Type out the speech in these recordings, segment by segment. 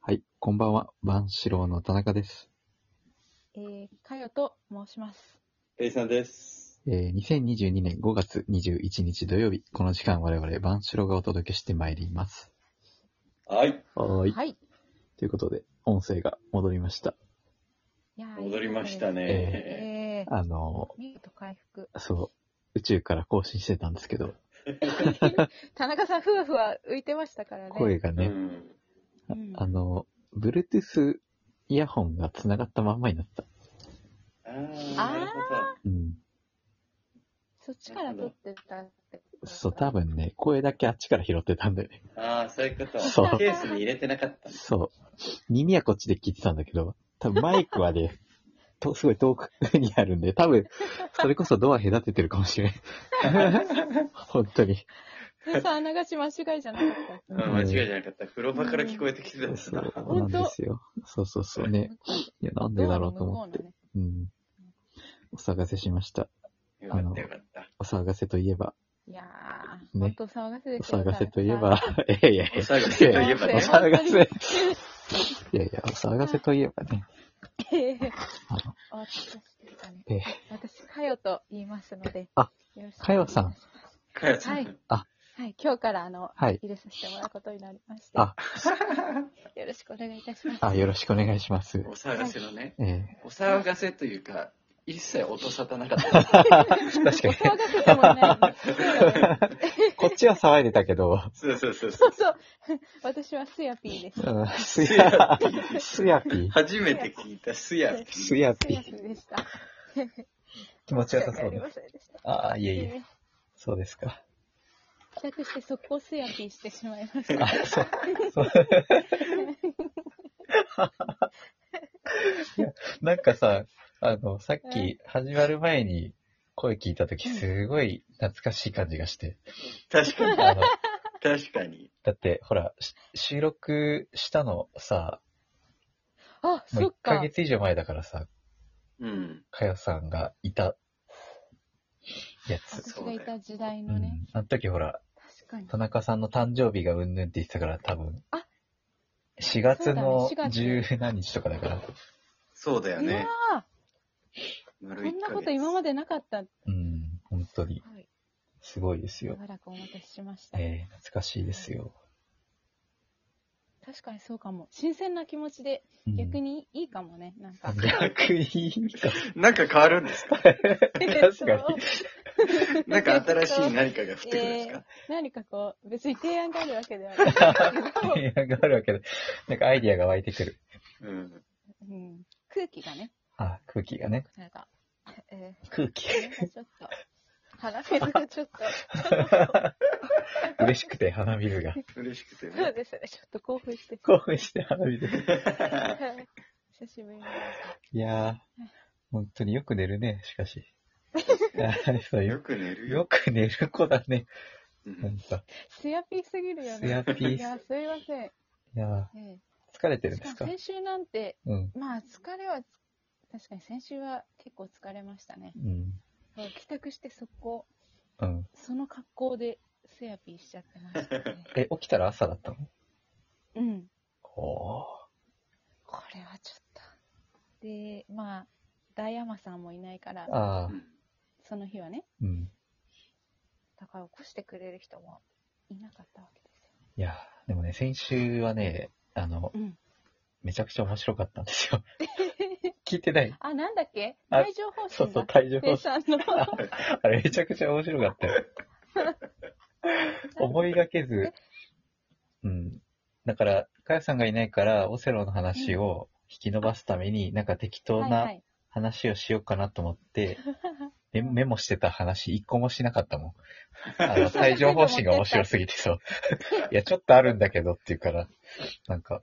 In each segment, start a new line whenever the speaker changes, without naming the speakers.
はい、こんばんは。万志郎の田中です。
えー、かよと申します。
ペイさんです。
えー2022年5月21日土曜日、この時間我々万志郎がお届けしてまいります。
はい。
は
はいい。い
ということで、音声が戻りました。
やー
戻りました。ね。
ええ
あの
ー、見事回復。
ーそう、宇宙から更新してたんですけど、
田中さん、ふわふわ浮いてましたからね。
声が
う
ね、
ん。
うん
あのー、Bluetooth イヤホンが繋がったまんまになった。
あーなるほ
うん。
そっちから撮ってたってことだ
そう、多。分ね、声だけあっちから拾ってたんだよね。
ど。ああ、そういうこと。
そう
ケースに入れてなかった。
そう。耳はこっちで聞いてたんだけど、多分マイクはね、 とすごい遠くにあるんで、多分、それこそドア隔ててるかもしれん。 本当に。
ふさあながち間違いじゃなかった。
うん、間違いじゃなかった。風呂場から聞こえてきてたん
そ
だな。
うなんですよ。そうそうそうね。いや、 なんでだろうと思って。
て。
うん。お騒がせしました。
よかったよかった。
お騒がせといえば、
いやー、
ね
本当騒がせ
お
ですよ
騒がせといえ ば、、 いやいやい
お
や。
騒がせといえば
お
ね。
騒がせ。 いやいや、お騒がせといえばね。
えー
あの、
私ですね
えー
私、かよと言いますので。
あ
よろしくお願いします、
かよさん
かよさん。
はい
あ
はい、今日からあの、
はい。
入れさせてもらうことになりまして。
あ
よろしくお願いいたします。
あ、よろしくお願いします
お。騒がせのね。
え え
お騒がせというか、一切音沙汰なかった。
確かに。
騒がせてもない。そうだね
こっちは騒いでたけど、
そうそうそうそう。
そう。私はスヤピーです。
うんすや、すやぴー。
初めて聞いたすやぴ
すや
ス
ぴ
ヤ
ー。
ピーでした。
気持ちよさそう
申し訳あり
ね
ま。せんでした。
ああ、いえい
す
え。
ま
そうですか。
せん帰宅して速攻スヤピーしてしまいました。
あ、そう。そういやなんかさ、あの、さっき始まる前に声聞いたとき、すごい懐かしい感じがして。
確かに。
あの
確かに。
だって、ほら、し収録したのさ、
あ、
も
そう
1
っ
ヶ
か。
月以上前だからさ、
うん。
かよさんがいたやつ。
私がいた時代のね。
うん。あの時ほら、
確かに。
田中さんの誕生日がうんぬんって言ってたから、多分。
あ
4月の
そうだね
十
4
何日とかだから。
そうだよ
い
ね
や。ー
丸
こ
一
ん
ヶ
な
月
こと今までなかった。は
うん、本当に。
い。
すごいです
し
よ。
ばらくお待たせしました。
えー、懐かしいですよ。
確かにそうかも。新鮮な気持ちで、
うん
逆。にいいかもね。なんか。
逆にか。
なんか変わるんですか
確かに。。
なんか新しい何かが降ってくるんですか、
何かこう、別に提案があるわけではない
があるわけで。なんかアイディアが湧いてくる。
うん。
うん、空気がね、
あ、空気がね。
なんか、え
空気。
ー、なんかちょっと、鼻水がちょっと、
嬉しくて鼻水 が。
嬉しくて
そう
ね。
ですね、ちょっと興奮して、
興奮して鼻水が。
久しぶりに。
いやー、本当によく寝るね、しか し。あそう
よ
よ
く寝る
よ
よ。
く寝る子だね。
う
なん
ん
か、
ツヤピーすぎるよ
ツヤ
ね。
ピー
いや、すいません。
いやー、
え
疲れて
え
るん
し
で
か
すか
も先週なんて、
うん。
まあ疲れはつ、確かに先週は結構疲れましたね。
うん。
もう帰宅して速攻、
うん。
その格好でツヤピーしちゃってま したね。
え、起きたら朝だったの
うん。
お
これはちょっと。で、まあ、大山さんもいないから
ー。、ああ
う。ん
その日はね、
うん。
だから起こしてくれる人もいなかったわけです
いや、でもね、先週はね、あの、
よ。うん。
めちゃくちゃ面白かったんです よ。聞いてない
あ、なんだっけ
あ
帯状疱
そう
疹
そう、
だ。
体重
ペイ
放送。
さん の。
あれめちゃくちゃ面白かったよ。思いがけず。うん。だから、かよさんがいないから、オセロの話を引き伸ばすために、なんか適当
はいは。
ない話をしようかなと思って、メメモしてた話一個もしなかったもん。あの、帯状方針が面白すぎてそう。いや、ちょっとあるんだけどっていうから、なんか、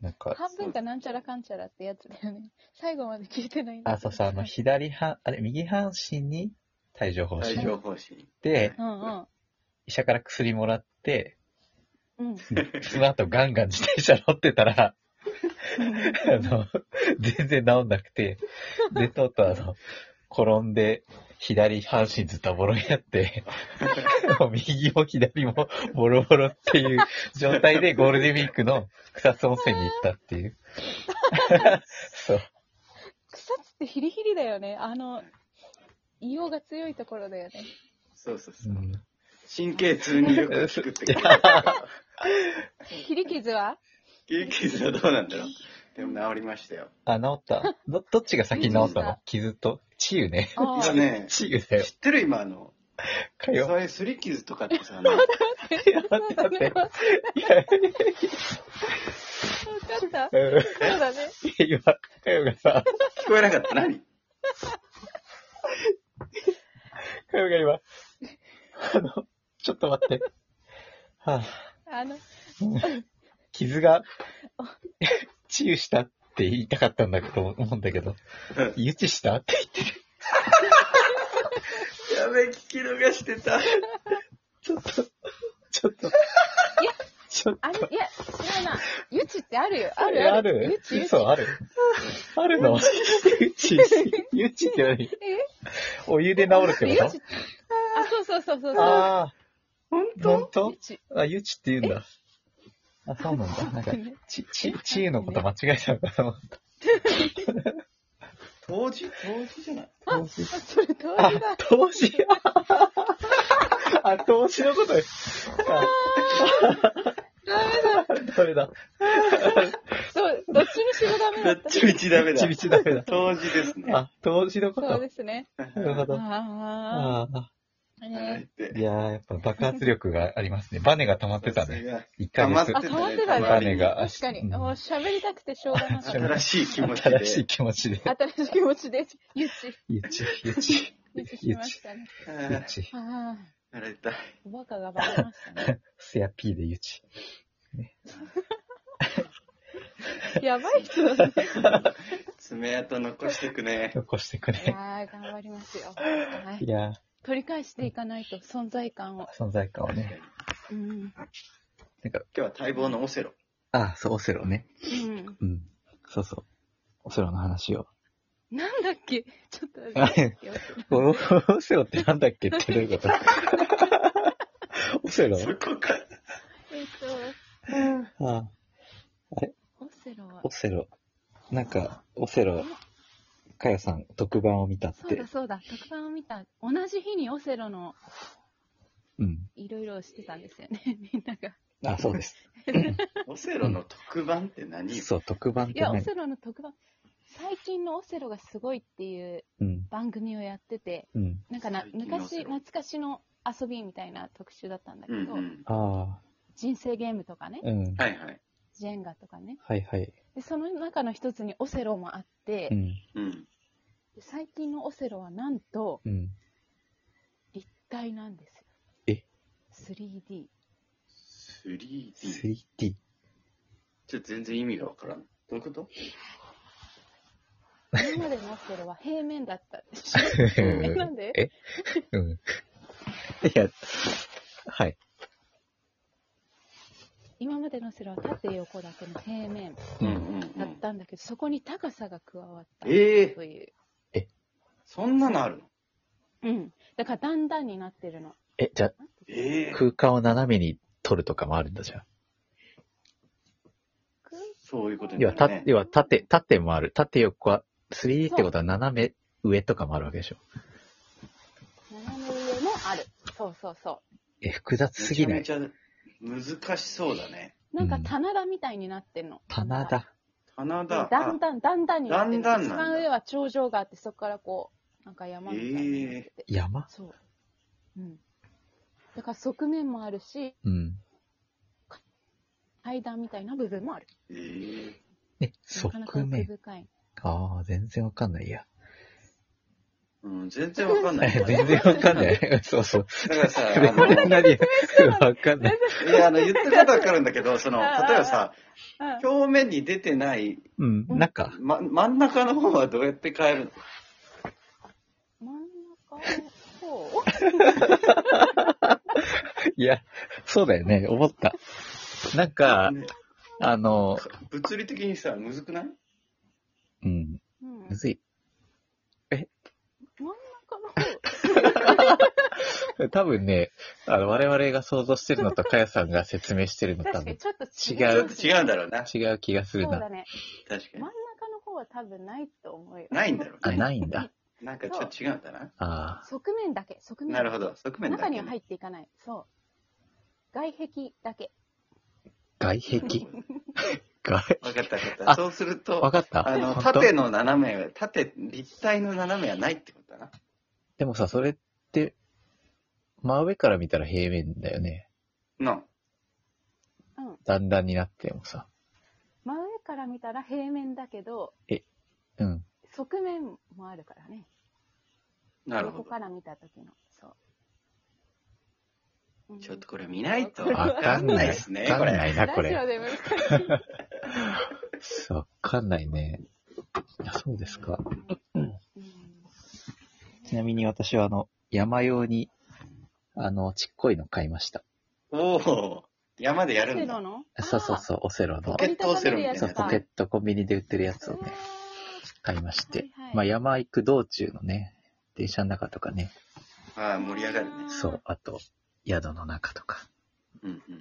なんか、
半分かなんちゃらかんちゃらってやつだよね。最後まで聞いてないんだけど
あ、そうそう、あの、左半、あれ、右半身に帯状方
帯
針
状疱疹。
で、
うんうん。
医者から薬もらって、
うん。
その後ガンガン自転車乗ってたら、あの、全然治んなくて、で、とうとうあの、転んで、左半身ずたぼろになって、もう右も左もボロボロっていう状態でゴールデンウィークの草津温泉に行ったっていう。そう。
草津ってヒリヒリだよね。あの、硫黄が強いところだよね。
そうそうそうう。
ん
神経痛によく効くって
い
切り傷は
切り傷はどうなんだろう。でも治りましたよ。
あ、治った。ど、どっちが先に治ったの傷と。治癒ね。
あ
今
あ、
ね、
治癒だよ
知。ってる今あの、
かよ。
そういうすり傷とかって さ、なんか
いや待って待って。いや
分かった。
うん
そうだね。
今、かよがさ、
聞こえなかっ た。何
かよが今、あの、ちょっと待って。はぁ、
あの、
傷が、治癒したって言いたかったんだと思うんだけど、
うん
癒治したって言ってる。
やべえ、聞き逃してた。
ちょっと、ちょっと、ちょっと、
あれ、いや、違うな。ゆちってあるよ。あ
あ
るよ。
ある
ゆち、ゆち。
嘘あるあるの癒治、癒治って何
え
お湯で治るって
ゆ
こ
ちあ、そうそうそうそ
と
うそう。
あ
本
あ、
当
本当
ゆち
あ、ゆちって言うんだ。あ、そうなんだ。なんか、ち、ち、ちゆのこと間違えたのかと思っ
当時当時じゃない
た。投資
あそれ、どう
あ
りだ。、
投資 あ、投資のことです。ダメだ。ダメだ。
そう、どっちにしろダメだっ。
どった ちみちダメだ。
ちびちダメだ。
当時ですね。
あ、投資のこ
そう
と。
ですね。
なるほど。
あ
ああ
あ。
はい
ね
ー。いやー、やっぱ爆発力がありますね。バネが溜まってたね。
ね。
一
溜
ヶ
まっ
月
て。
あ
た
溜
ね。
まってたね
バネが。
確かに。
うん
もう喋りたくてしょうがなかった。
新しい気持ちで。
新しい気持ちで。
新しい気持ちです。ゆち、
ゆち、ゆち、
ゆちしましたね。
あ
ゆ
ー
ち。
ああ。
やられた。
おバカがバレましたね。
スヤピーでゆち。
やばい人だね。
爪痕残してくね。
残してく
いや
れ。
ー、頑張りますよ。はい
い。やー、
取り返していかないと、存在感を。
存在感を
確かに
ね。
うん。
今日は待望のオセロ。
ああ、そう、オセロね。
うん。
うん。そうそう。オセロの話を。
なんだっけちょっと待
あ
って。
オセロってなんだっけってどういうことオセロ
そこか。
えっ
ああ
と、オセロは
オ。セロ。なんか、オセロ、かよさん、特番を見たっ
そう
て
だ。そうだ、特番を見た。同じ日にオセロの
うん。
いろいろしてたんですよね、 みんなが。
あ、そうです。
オセロの特番って何
そう、特番っ
い
て
や、オ
何
セロの特番、最近のオセロがすごいっていう
うん。
番組をやってて、
うん。
なんかな
最近のオセ
昔、
ロ
懐かしの遊びみたいな特集だったんだけ
う
ど、
んうん。
ああ、
人生ゲームとかね、
うん。
はいはい。
ジェンガとかね。
はいはい。
で、その中の一つにオセロもあって、
うん。
うん。
で最近のオセロはなんと
うん。
立体なんですよ。
え
?3D。
3D。ち
3D。
ょっと全然意味がわからん。どういうこと
今までのオセロは平面だったでしょえ、なんで
えうん。いや、はい。
今までのオセロは縦横だけの平面
うんうんう
だっ
ん。
たんだけど、そこに高さが加わったと
ええ
いう。
そんなのあるの
うん。だからだんだんになってるの。
え、じゃあ
ええ
空間を斜めに撮るとかもあるんだじゃん。
そういうことに
要
な
は、た
るね。
要は縦、縦もある。縦横は、3D ってことは斜め上とかもあるわけでしょ。
斜め上もある。そうそうそ
え、複雑す
め
ぎ
ちゃ
な
め
い
ちゃ難しそうだね。
う。なんか棚田みたいになってるの。
棚だ。
棚田。
だんだん、だんだんになってる。
だんだん
一
なんだ
番上は頂上があって、そこからこう、なんか山みたいになってて。
山
そう。うん。だから側面もあるし、
うん。
階段みたいな部分もある。
ええ
え、
なかなか
側
奥
面。
深い。
ああ、全然わかんないや。
うん、全然わかんない。
全然わかんない。 そうそう。
だからさ、あ
全
の、
然 何わかんない。
いや、あの、言ってることはわかるんだけど、そ の、
ああ
例えばさ、
うん
表面に出てない、
うん、なんか、
ま、真ん中の方はどうやって変えるの
真ん中の方
いや、そうだよね、思った。なんか、
ね
あの、
物理的にさ、むずくない
うん、
うん
むずい。
真んこの方。
多分ね、あの、我々が想像してるのと、かやさんが説明してるのと多
確
分
かにちょっと
違う
ちょっと違うんだろうな。
違う気がす
そう
る
だ
な。
ね。
確か
真ん中の方は多分ないと思うよ。
ないんだろう
あ、
ね
ないんだ。
に。なんかちょっと違うんだな。
あ
側面だけ、側面だ
な
け。
るほど。側面だ
中
けね
には入っていかない。そう。外壁だけ。
あ、 外壁。外、
わかったわかっ
あ
た。そうする
わ
と、
かった
あの、
本当
縦の斜めは、縦、立体の斜めはないってことだな。
でもさ、それって、真上から見たら平面だよね。
の、
段々になってもさ。
真上から見たら平面だけど、
うん。
側面もあるからね。
なるほ
横
ど
か。ら見た時の。そう。うん
ちょっとこれ見ないと
わ
わ
か
か
ん
ん
な
ないい
で
ですす
ね
ね、
わ
こ
かんな
れ。
いな、こ
ラジ
れ。
オで難しい。
わかんないね。いや、そうですか。
うん
ちなみに私は、あの、山用に、あの、ちっこいの買いました。
おお山でやる
オ
ん
セロ
だ。
の
そうそうそう、オセロの
ポ、ケットオセロみたいな
そう、
やつか
ポケットコンビニで売ってるやつを
うわ
ね、買いまして。
はいはい
まあ、山行く道中のね、電車の中とかね、
ああ、盛り上がるね。
そう、あと、宿の中とか、
うんう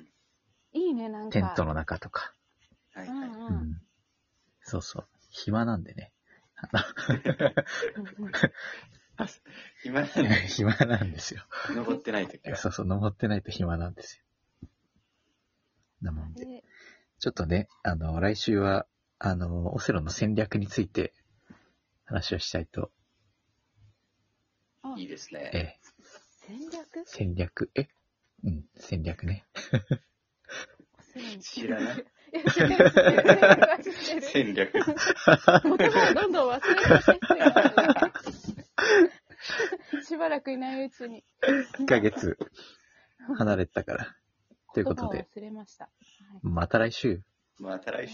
ん。
ーいいね、なん
テ
か。
ントの中とか。
はい、
う
はい。
ん
う
うんうん
ん。そうそう。暇なんでね。
うん。
今まで
暇なんですよ。
登ってない時は。
そうそう、登ってないと暇なんですよ。なもんで。
で
ちょっとね、あの、来週は、あの、オセロの戦略について話をしたいと、
あ
いいです
え
ね。
え、戦
戦略
略、えうん、戦略ね。
知らない。
いや、知ってる、知ってる。知ってる
戦略。
言葉をどんどん忘れ てきてるしばらくいないうちに。
1ヶ月離れてたから。ということで、
言葉を忘れました。はい
また来週。
また来週。